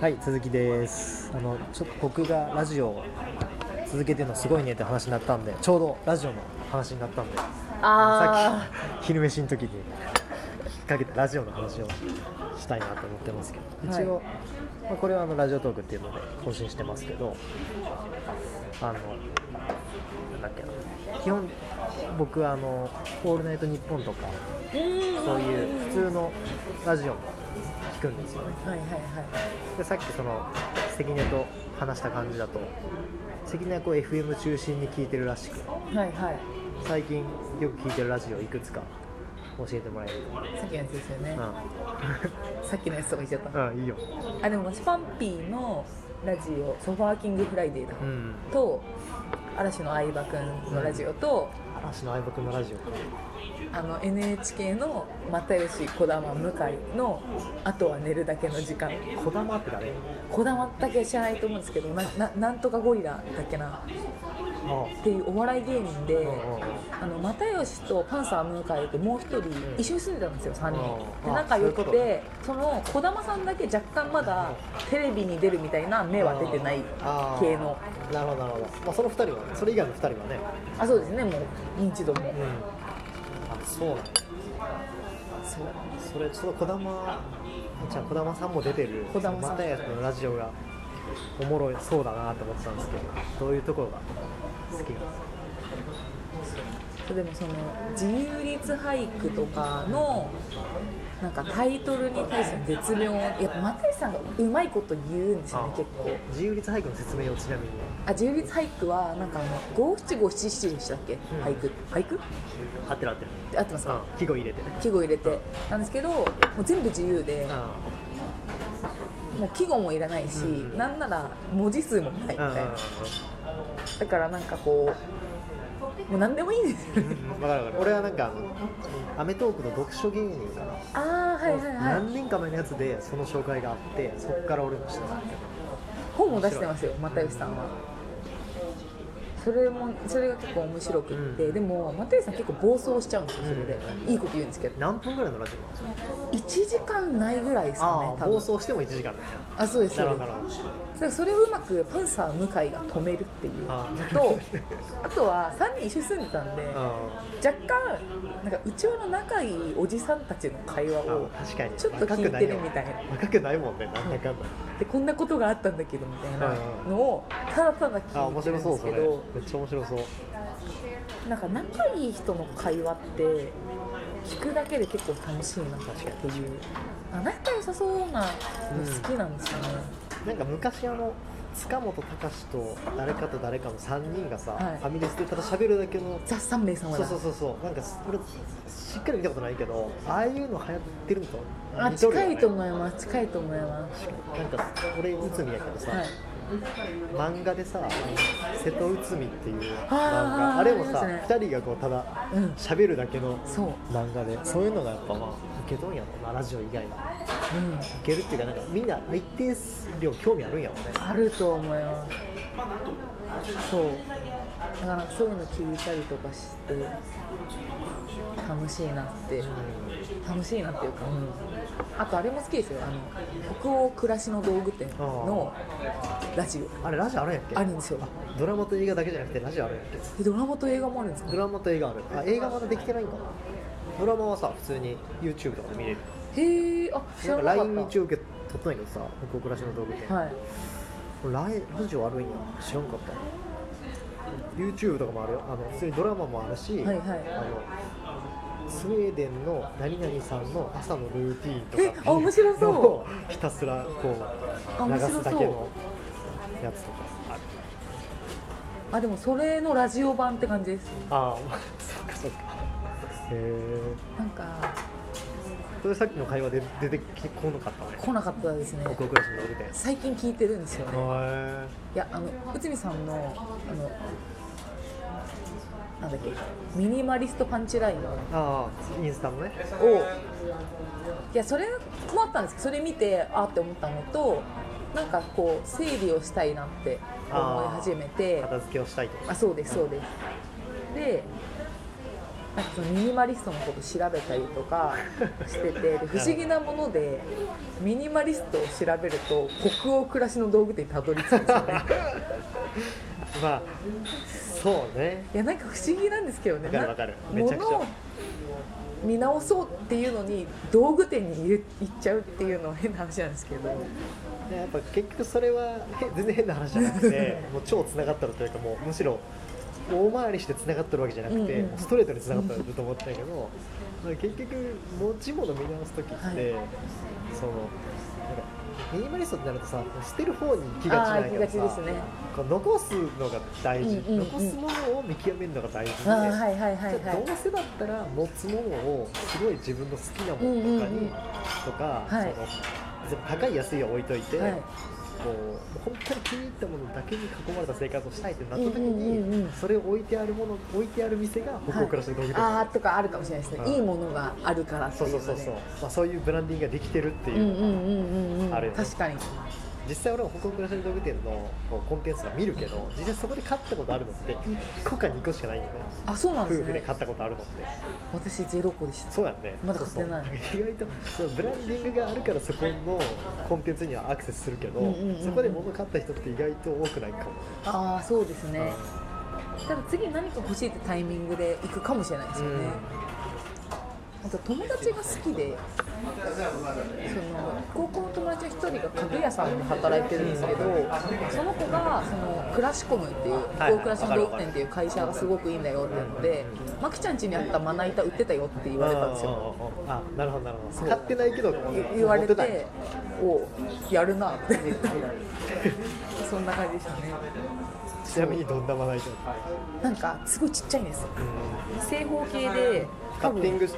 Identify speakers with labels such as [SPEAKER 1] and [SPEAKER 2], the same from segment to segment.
[SPEAKER 1] はい鈴木ですあのちょっと僕がラジオを続けてるのすごいねって話になったんでちょうどラジオの話になったんで
[SPEAKER 2] あ
[SPEAKER 1] さっき昼飯の時に引っ掛けたラジオの話をしたいなと思ってますけど
[SPEAKER 2] はい
[SPEAKER 1] 一応、まあ、これはあのラジオトークっていうので更新してますけどあのなんだっけな基本僕はあの「オールナイトニッポン」とか
[SPEAKER 2] ーうん
[SPEAKER 1] そういう普通のラジオも聞くんですよね
[SPEAKER 2] はいはいはい
[SPEAKER 1] でさっきその関根と話した感じだと関根はこう FM 中心に聞いてるらしく
[SPEAKER 2] はいはい
[SPEAKER 1] 最近よく聞いてるラジオいくつか教えてもらえる
[SPEAKER 2] さっきのやつですよね、さっきのやつとか言っちゃっ
[SPEAKER 1] うん、うん、いいよ
[SPEAKER 2] たあでも私パンピーのラジオ「ソファーキングフライデーだ」
[SPEAKER 1] うん
[SPEAKER 2] と嵐の相葉くんのラジオと、
[SPEAKER 1] 嵐の相葉君のラジ
[SPEAKER 2] あの NHK の又吉児玉向井の「あとは寝るだけの時間」
[SPEAKER 1] オこだまって誰
[SPEAKER 2] 児玉だけ知らないと思うんですけどなななんとかゴリラだっけな
[SPEAKER 1] ああ
[SPEAKER 2] っていうお笑い芸人で、
[SPEAKER 1] うんうんうん
[SPEAKER 2] あの又吉とパンサー向井ともう一人一緒に住んでたんですよ3人、
[SPEAKER 1] うん
[SPEAKER 2] で
[SPEAKER 1] あ
[SPEAKER 2] 仲良く
[SPEAKER 1] そうい
[SPEAKER 2] てその児玉さんだけ若干まだテレビに出るみたいな目は出てない
[SPEAKER 1] あー
[SPEAKER 2] 系の
[SPEAKER 1] なるほどなるほど、まあ、その2人はねそれ以外の2人はね
[SPEAKER 2] あそうですねもう認知度も
[SPEAKER 1] うんあそうなんだ
[SPEAKER 2] そ
[SPEAKER 1] そ
[SPEAKER 2] う
[SPEAKER 1] れその児玉じゃあ児玉さんも出てる
[SPEAKER 2] 児玉さん
[SPEAKER 1] 又吉のラジオがおもろいそうだなと思ってたんですけどどういうところが好きなんですか
[SPEAKER 2] そうでもその自由律俳句とかのなんかタイトルに対する絶妙やっぱ又吉さんがうまいこと言うんですよね
[SPEAKER 1] あ
[SPEAKER 2] 結構
[SPEAKER 1] 自由律俳句の説明をちなみに
[SPEAKER 2] あ自由律俳句はなんかあの五七五七七でしたっけ
[SPEAKER 1] ん
[SPEAKER 2] 俳句俳句
[SPEAKER 1] 合ってる合ってる
[SPEAKER 2] 合ってますか
[SPEAKER 1] 季語入れてね
[SPEAKER 2] 季語入れてなんですけどもう全部自由でもう季語もいらないし、
[SPEAKER 1] うん
[SPEAKER 2] なんなら文字数もないみたい
[SPEAKER 1] うんうん
[SPEAKER 2] なだからなんかこうもう何でもいいんですよね
[SPEAKER 1] 分かる分かる俺はなんかあの『アメトーク』の読書芸人かな
[SPEAKER 2] ああはいはいはい
[SPEAKER 1] 何年か前のやつでその紹介があってそっから俺も知った
[SPEAKER 2] 本も出してますよ又吉さんはそれもそれが結構面白くって、
[SPEAKER 1] うん
[SPEAKER 2] でも又吉さん結構暴走しちゃうんですよそれで、
[SPEAKER 1] う
[SPEAKER 2] いいこと言うんですけど
[SPEAKER 1] 何分ぐらいのラジ
[SPEAKER 2] 1時間ないぐらいです
[SPEAKER 1] オあ
[SPEAKER 2] か
[SPEAKER 1] あ
[SPEAKER 2] ね多
[SPEAKER 1] 暴
[SPEAKER 2] 分
[SPEAKER 1] 走しても1時間だよ
[SPEAKER 2] あそうです
[SPEAKER 1] な
[SPEAKER 2] そ
[SPEAKER 1] るほ
[SPEAKER 2] うで
[SPEAKER 1] ど
[SPEAKER 2] す
[SPEAKER 1] なるほど
[SPEAKER 2] だからそれをうまくパンサー向井が止めるっていう
[SPEAKER 1] あー
[SPEAKER 2] のとあとは3人一緒に住んでたんで若
[SPEAKER 1] あ
[SPEAKER 2] 干なんかうちわの仲いいおじさんたちの会話
[SPEAKER 1] あ
[SPEAKER 2] を
[SPEAKER 1] 確かに
[SPEAKER 2] ちょっと聞いてるみたいな
[SPEAKER 1] 若くないもんねなんだかんだ
[SPEAKER 2] でこんなことがあったんだけどみたいなのをただただ
[SPEAKER 1] あ
[SPEAKER 2] 聞
[SPEAKER 1] 面
[SPEAKER 2] いてる
[SPEAKER 1] 白
[SPEAKER 2] ん
[SPEAKER 1] そうそ
[SPEAKER 2] ですけ
[SPEAKER 1] れ
[SPEAKER 2] ど
[SPEAKER 1] めっちゃ面白そう
[SPEAKER 2] なんか仲いい人の会話って聞くだけで結構楽しいなっていうあ仲良さそうなの好きなんですよね、
[SPEAKER 1] なんか昔あの塚本隆と誰かと誰かの3人がさ、
[SPEAKER 2] はい
[SPEAKER 1] ファミレスでただ喋るだけの
[SPEAKER 2] ザ・三名さんは
[SPEAKER 1] そう
[SPEAKER 2] な
[SPEAKER 1] そうそうそうなんか俺しっかり見たことないけどああいうの流行ってるのと
[SPEAKER 2] あ
[SPEAKER 1] 似とるよ
[SPEAKER 2] 近
[SPEAKER 1] ね
[SPEAKER 2] いと思います近いと思います
[SPEAKER 1] なんか俺内海やけどさ、
[SPEAKER 2] はい
[SPEAKER 1] 漫画でさ瀬戸内海っていう漫画
[SPEAKER 2] あ
[SPEAKER 1] あ
[SPEAKER 2] ー
[SPEAKER 1] れも
[SPEAKER 2] あ
[SPEAKER 1] さ、
[SPEAKER 2] ります
[SPEAKER 1] 2人がこうただ
[SPEAKER 2] うん
[SPEAKER 1] 喋るだけの
[SPEAKER 2] そう、
[SPEAKER 1] 漫画でそういうのがやっぱまあ受けとんやろなラジオ以外は
[SPEAKER 2] う
[SPEAKER 1] 受けるっていうかなんかみんな一定量興味あるんやろね
[SPEAKER 2] ん、あると思いますそうだからそういうの聞いたりとかして楽しいなって楽しいなっていうか、あとあれも好きですよあの北欧暮らしの道具店のラジオ
[SPEAKER 1] あれラジオあるんやっけ
[SPEAKER 2] あるんですよ
[SPEAKER 1] ドラマと映画だけじゃなくてラジオあるんやっ
[SPEAKER 2] えドラマと映画もあるんです
[SPEAKER 1] け
[SPEAKER 2] か
[SPEAKER 1] ドラマと映画あるあ映画まだできてないんかなドラマはさ普通に YouTube とかで見れる
[SPEAKER 2] へえあ知
[SPEAKER 1] な
[SPEAKER 2] ら
[SPEAKER 1] んか
[SPEAKER 2] なかった
[SPEAKER 1] LINE 一応受け取ったんやけどさ「僕暮らしの道具店」
[SPEAKER 2] はい
[SPEAKER 1] ライラジオあるんや知らんかった YouTube とかもあるよあの普通にドラマもあるし、
[SPEAKER 2] はいはい
[SPEAKER 1] あのスウェーデンの何々さんの朝のルーティーンと
[SPEAKER 2] え
[SPEAKER 1] か
[SPEAKER 2] あ面白そう
[SPEAKER 1] のひたすらこ
[SPEAKER 2] あ
[SPEAKER 1] う
[SPEAKER 2] 面
[SPEAKER 1] 流
[SPEAKER 2] 白そう
[SPEAKER 1] すだけのやつとかある
[SPEAKER 2] あでもそれのラジオ版って感じです
[SPEAKER 1] ああそっかそっかへえ
[SPEAKER 2] なんか
[SPEAKER 1] それさっきの会話で出てこなかったね
[SPEAKER 2] 来なかったですね
[SPEAKER 1] 「北欧暮らしの道具店」へ
[SPEAKER 2] 最近聞いてるんですよね
[SPEAKER 1] え
[SPEAKER 2] いやあの内海さんのあのなんだっけミニマリストパンチラインを
[SPEAKER 1] ああインスタのね
[SPEAKER 2] いやそれもあったんですけどそれ見てあーって思ったのとなんかこう整理をしたいなって思い始めて
[SPEAKER 1] 片付けをしたいと
[SPEAKER 2] あそうですそうですでなんかそのミニマリストのこと調べたりとかしててで不思議なものでミニマリストを調べると北欧暮らしの道具店にたどり着くんですよね
[SPEAKER 1] まあそうね
[SPEAKER 2] いやなんか不思議なんですけどね
[SPEAKER 1] わかる
[SPEAKER 2] な
[SPEAKER 1] わかるめちゃくちゃ
[SPEAKER 2] 物を見直そうっていうのに道具店に行っちゃうっていうのは変な話なんですけど
[SPEAKER 1] でやっぱ結局それはへ全然変な話じゃなく てもう超つながったるというかもうむしろ大回りしてつながってるわけじゃなくて、
[SPEAKER 2] うんうん
[SPEAKER 1] ストレートにつながってると思ったんやけどまあ結局持ち物見直す時って、
[SPEAKER 2] はい
[SPEAKER 1] そのなんかミニマリストになるとさ捨てる方に気がちなんやけど
[SPEAKER 2] あー行きがちで
[SPEAKER 1] さ
[SPEAKER 2] すね
[SPEAKER 1] こう残すのが大事、
[SPEAKER 2] うんうんうん
[SPEAKER 1] 残すものを見極めるのが大事で、
[SPEAKER 2] あーはいはいはい
[SPEAKER 1] じゃ
[SPEAKER 2] は
[SPEAKER 1] あど
[SPEAKER 2] いう
[SPEAKER 1] せだったら持つものをすごい自分の好きなものとか
[SPEAKER 2] うんうんう
[SPEAKER 1] に
[SPEAKER 2] ん
[SPEAKER 1] とか、
[SPEAKER 2] はい
[SPEAKER 1] その別に高い安いは置いといて、
[SPEAKER 2] はい
[SPEAKER 1] こう本当に気に入ったものだけに囲まれた生活をしたいってなった時に、
[SPEAKER 2] うんうんうんうん
[SPEAKER 1] それを置いてあるもの置いてある店が北欧暮らしの道具店、
[SPEAKER 2] あーとかあるかもしれないですね、
[SPEAKER 1] うん
[SPEAKER 2] いいものがあるからって
[SPEAKER 1] そ
[SPEAKER 2] いうう
[SPEAKER 1] そ
[SPEAKER 2] の
[SPEAKER 1] う
[SPEAKER 2] で
[SPEAKER 1] そうそう、まあ、そういうブランディングができてるっていうう、
[SPEAKER 2] んうんうんうんうん
[SPEAKER 1] あるよね
[SPEAKER 2] 確かに
[SPEAKER 1] 実際俺は北欧暮らしの道具店のこうコンテンツは見るけど実際そこで買ったことあるのって1個か2個しかないんだよね
[SPEAKER 2] あそうなんで
[SPEAKER 1] 夫
[SPEAKER 2] す
[SPEAKER 1] 婦で
[SPEAKER 2] ね
[SPEAKER 1] 買ったことあるのって
[SPEAKER 2] 私ゼロ個でした
[SPEAKER 1] そうやんね
[SPEAKER 2] まだ買ってない
[SPEAKER 1] そうそう意外とそのブランディングがあるからそこのコンテンツにはアクセスするけど、
[SPEAKER 2] うんうんうん
[SPEAKER 1] そこで物買った人って意外と多くないかも
[SPEAKER 2] ああそうです
[SPEAKER 1] ね
[SPEAKER 2] ねただ次何か欲しいってタイミングで行くかもしれないですよね、あと友達が好きでその高校の友達の一人が家具屋さんで働いてるんですけどその子がそのクラシコムっていう
[SPEAKER 1] はい
[SPEAKER 2] 高クラシの道具店っていう会社がすごくいいんだよって言うのでマキちゃん家にあったまな板売ってたよって言われたんですよ
[SPEAKER 1] あああなるほどなるほ
[SPEAKER 2] そう
[SPEAKER 1] ど買ってないけど
[SPEAKER 2] い言われ
[SPEAKER 1] 持って
[SPEAKER 2] ておおやるなってそんな感じでしたね
[SPEAKER 1] たちなみにどんなまな板
[SPEAKER 2] なんかすごいちっちゃいんですよ正方形で
[SPEAKER 1] カッティング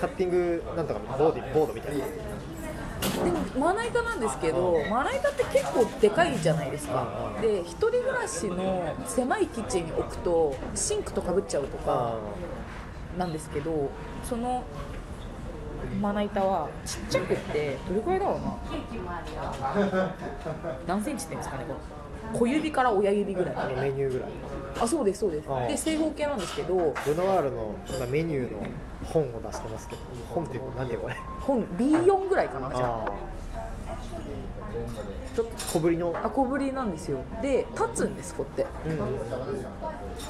[SPEAKER 1] カッティングなんとかボーディボードみたいな
[SPEAKER 2] でもまな板なんですけどまな板って結構でかいじゃないですか
[SPEAKER 1] うん
[SPEAKER 2] で一人暮らしの狭いキッチンに置くとシンクとかぶっちゃうとかなんですけどそのまな板はちっちゃくってどれくらいだろうな 何センチって言うんですかねこれ小指から親指ぐらい
[SPEAKER 1] あのメニューぐらい
[SPEAKER 2] あそうですそうです
[SPEAKER 1] うん
[SPEAKER 2] で正方形なんですけど
[SPEAKER 1] ルノワールの今メニューの本を出してますけど本っていうか何ていうのこれ
[SPEAKER 2] 本 B4 ぐらいかなじゃあ
[SPEAKER 1] あちょっと小ぶりの
[SPEAKER 2] あ小ぶりなんですよで立つんですこうやって
[SPEAKER 1] うん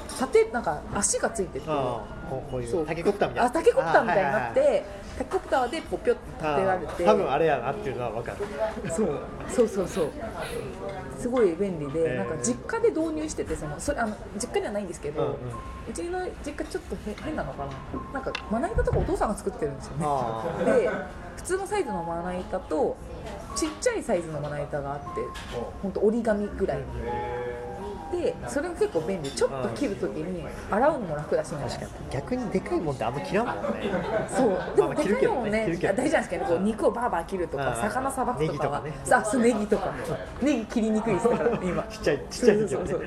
[SPEAKER 2] 立てなんか足がついてて
[SPEAKER 1] ああこうこうい
[SPEAKER 2] そう
[SPEAKER 1] うタケコプターみたいな
[SPEAKER 2] あタケコプターみたいになっ
[SPEAKER 1] あはいはいはい
[SPEAKER 2] てタケコプターでこうピョって立てられて
[SPEAKER 1] ああ多分あれやなっていうのは分かるそう
[SPEAKER 2] そうそうそうすごい便利で、
[SPEAKER 1] えー
[SPEAKER 2] なんか実家で導入しててそのそれあの実家ではないんですけ
[SPEAKER 1] うんうん
[SPEAKER 2] ど、うちの実家ちょっとへ変なのかななんかまな板とかお父さんが作ってるんですよね
[SPEAKER 1] あー
[SPEAKER 2] で普通のサイズのまな板とちっちゃいサイズのまな板があって本当折り紙ぐらいでそれが結構便利ちょっと切るときに洗うのも楽だしみたいな
[SPEAKER 1] 確かに逆にでかいもんってあんま嫌うもんね
[SPEAKER 2] そうでも
[SPEAKER 1] まあ切
[SPEAKER 2] で
[SPEAKER 1] る
[SPEAKER 2] かい
[SPEAKER 1] けどね
[SPEAKER 2] もんね
[SPEAKER 1] 切るけど
[SPEAKER 2] あ大事なんですけどねこう肉をバーバー切るとか
[SPEAKER 1] うん
[SPEAKER 2] 魚さばくとかは
[SPEAKER 1] ネギとかね
[SPEAKER 2] さあそうネギとかネギ切りにくいですから 今
[SPEAKER 1] ちっちゃいちっちゃい時はね
[SPEAKER 2] そうそうそう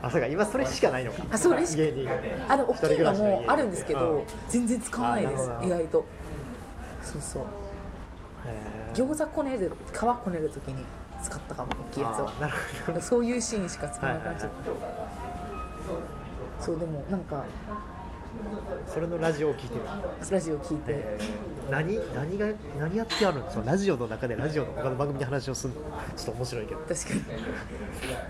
[SPEAKER 1] あそうか今それしかないのか
[SPEAKER 2] あそれしか
[SPEAKER 1] 家に
[SPEAKER 2] あの大きいのもあるんですけ
[SPEAKER 1] うん
[SPEAKER 2] ど全然使わないで
[SPEAKER 1] あ
[SPEAKER 2] す
[SPEAKER 1] なるほど
[SPEAKER 2] 意外とそうそう
[SPEAKER 1] へー
[SPEAKER 2] 餃子こねる皮こねる時に使ったかも大きいやつ
[SPEAKER 1] あーな
[SPEAKER 2] を
[SPEAKER 1] るほど
[SPEAKER 2] そういうシーンしか使わなくなっちゃ
[SPEAKER 1] は
[SPEAKER 2] ったそうでもなんか
[SPEAKER 1] それのラジオを聞いてる
[SPEAKER 2] ラジオ聞いて
[SPEAKER 1] えー何何が何やってあるのそのラジオの中でラジオの他の番組で話をするのちょっと面白いけど
[SPEAKER 2] 確かに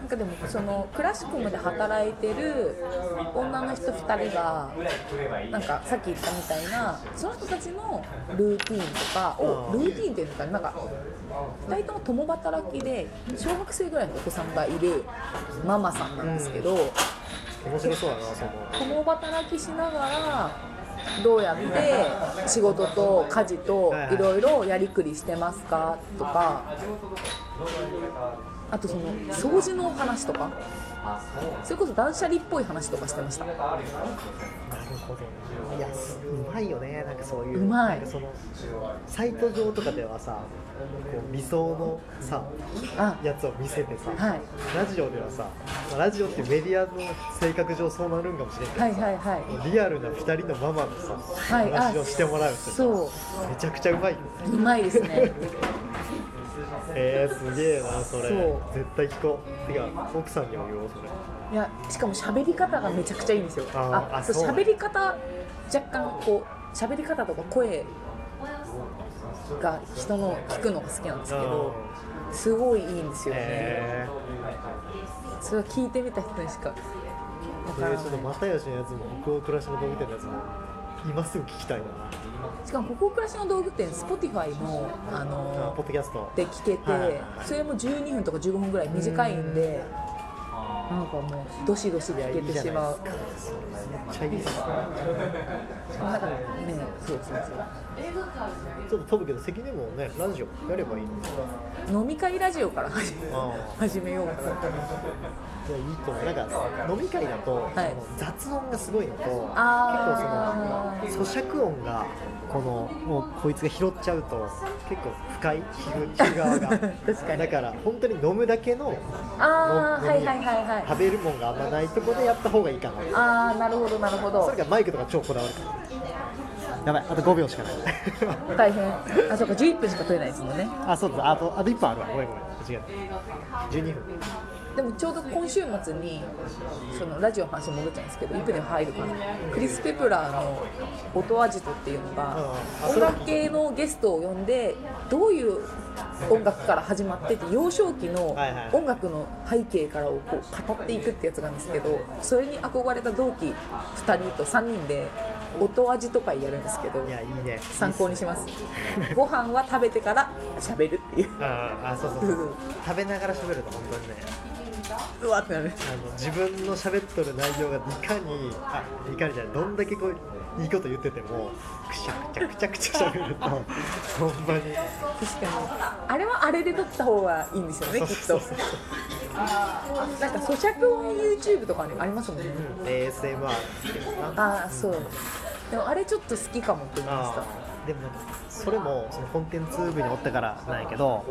[SPEAKER 2] なんかでもそのクラシコムで働いてる女の人2人がなんかさっき言ったみたいなその人たちのルーティンとかを
[SPEAKER 1] うん
[SPEAKER 2] ルーティンっていうのかななんか2人とも共働きで小学生ぐらいのお子さんがいるママさんなんですけど、
[SPEAKER 1] 面白そうだなその
[SPEAKER 2] 共働きしながらどうやって仕事と家事といろいろやりくりしてますかとかあとその掃除の話とかそれこそ断捨離っぽい話とかしてました
[SPEAKER 1] なるほどいやすうまいよねなんかそういう
[SPEAKER 2] うまい
[SPEAKER 1] なんかそのサイト上とかではさこう理想のさ
[SPEAKER 2] あ
[SPEAKER 1] やつを見せてさ、
[SPEAKER 2] はい
[SPEAKER 1] ラジオではさまあラジオってメディアの性格上そうなるんかもしれんけどさ
[SPEAKER 2] はいはいはい
[SPEAKER 1] リアルな2人のママのさ、
[SPEAKER 2] はいあ
[SPEAKER 1] 話をしてもらうってさ
[SPEAKER 2] そ
[SPEAKER 1] めちゃくちゃうまいよね
[SPEAKER 2] ううまいですね
[SPEAKER 1] えー、すげえなそれ
[SPEAKER 2] そう
[SPEAKER 1] 絶対聞こうてか奥さんにも言おうそれ
[SPEAKER 2] いやしかも喋り方がめちゃくちゃいいんですよ
[SPEAKER 1] あー
[SPEAKER 2] あ
[SPEAKER 1] あ
[SPEAKER 2] そう
[SPEAKER 1] そう
[SPEAKER 2] 喋り方若干こう喋り方とか声が人の聞くのが好きなんですけどすごいいいんですよね、
[SPEAKER 1] へ
[SPEAKER 2] それは聞いてみた人にしか
[SPEAKER 1] え
[SPEAKER 2] 分から
[SPEAKER 1] ー、
[SPEAKER 2] ない
[SPEAKER 1] ちょっと又吉のやつも北欧暮らしの道具店のやつも今すぐ聞きたいな
[SPEAKER 2] しかも「ここ暮らしの道具店」Spotify もあ
[SPEAKER 1] あ
[SPEAKER 2] の
[SPEAKER 1] ポッドキャスト
[SPEAKER 2] で聞けて
[SPEAKER 1] はいはいはい
[SPEAKER 2] それも12分とか15分ぐらい短いんでなんかもうどしど
[SPEAKER 1] い
[SPEAKER 2] し
[SPEAKER 1] やい
[SPEAKER 2] 聞
[SPEAKER 1] い
[SPEAKER 2] け
[SPEAKER 1] じ
[SPEAKER 2] て
[SPEAKER 1] ゃ
[SPEAKER 2] し
[SPEAKER 1] な
[SPEAKER 2] ま
[SPEAKER 1] いうですかめっちゃいいです
[SPEAKER 2] なんかねそうそう
[SPEAKER 1] ちょっと飛ぶけど関根もねラジオやればいいのに
[SPEAKER 2] そう飲み会ラジオから始め
[SPEAKER 1] あ
[SPEAKER 2] 始めようかない
[SPEAKER 1] やいいと思うなんか飲み会だと、
[SPEAKER 2] い
[SPEAKER 1] その雑音がすごいのと結
[SPEAKER 2] あ
[SPEAKER 1] 構
[SPEAKER 2] ー
[SPEAKER 1] その咀嚼音がこのもうこいつが拾っちゃうと結構不快聞く聞く側が
[SPEAKER 2] 確かに
[SPEAKER 1] だから本当に飲むだけの
[SPEAKER 2] あー
[SPEAKER 1] 飲
[SPEAKER 2] は
[SPEAKER 1] み
[SPEAKER 2] いはいはいはい
[SPEAKER 1] 食べるもんがあんまないとこでやった方がいいかな
[SPEAKER 2] ああなるほどなるほ
[SPEAKER 1] そ
[SPEAKER 2] ど
[SPEAKER 1] れがマイクとか超こだわるからやばいあと5秒しかない
[SPEAKER 2] 大変あそうか11分しか取れないですもんね
[SPEAKER 1] あそうだあとあと1分あるわごめんごめん間違えた12分
[SPEAKER 2] でもちょうど今週末にそのラジオの話に戻っちゃうんですけどいくでも入るかなクリス・ペプラーの「音アジト」っていうのが
[SPEAKER 1] うん
[SPEAKER 2] 音楽系のゲストを呼んでどういう音楽から始まってって幼少期の
[SPEAKER 1] はいはい
[SPEAKER 2] 音楽の背景からをこう語っていくってやつなんですけどそれに憧れた同期2人と3人で音アジト会やるんですけど
[SPEAKER 1] いやいいね
[SPEAKER 2] 参考にしますご飯は食べてから喋るっていう
[SPEAKER 1] あーあそうそうそう食べながら喋ると本当にね
[SPEAKER 2] うわってな
[SPEAKER 1] あ
[SPEAKER 2] る
[SPEAKER 1] の自分の喋っとる内容がいかにあいかにじゃないどんだけこういいこと言っててもくしゃくちゃくちゃくちゃ喋るとほんまに
[SPEAKER 2] 確かにあれはあれで撮った方がいいんですよねきっ
[SPEAKER 1] そ
[SPEAKER 2] と
[SPEAKER 1] うそう
[SPEAKER 2] なんか咀嚼音 YouTube とかにありますもんね、
[SPEAKER 1] ASMR っていうのかな
[SPEAKER 2] ああそうでもあれちょっと好きかもって思いまし
[SPEAKER 1] あーでもなんかそれもそのコンテンツ部におったからなんやけど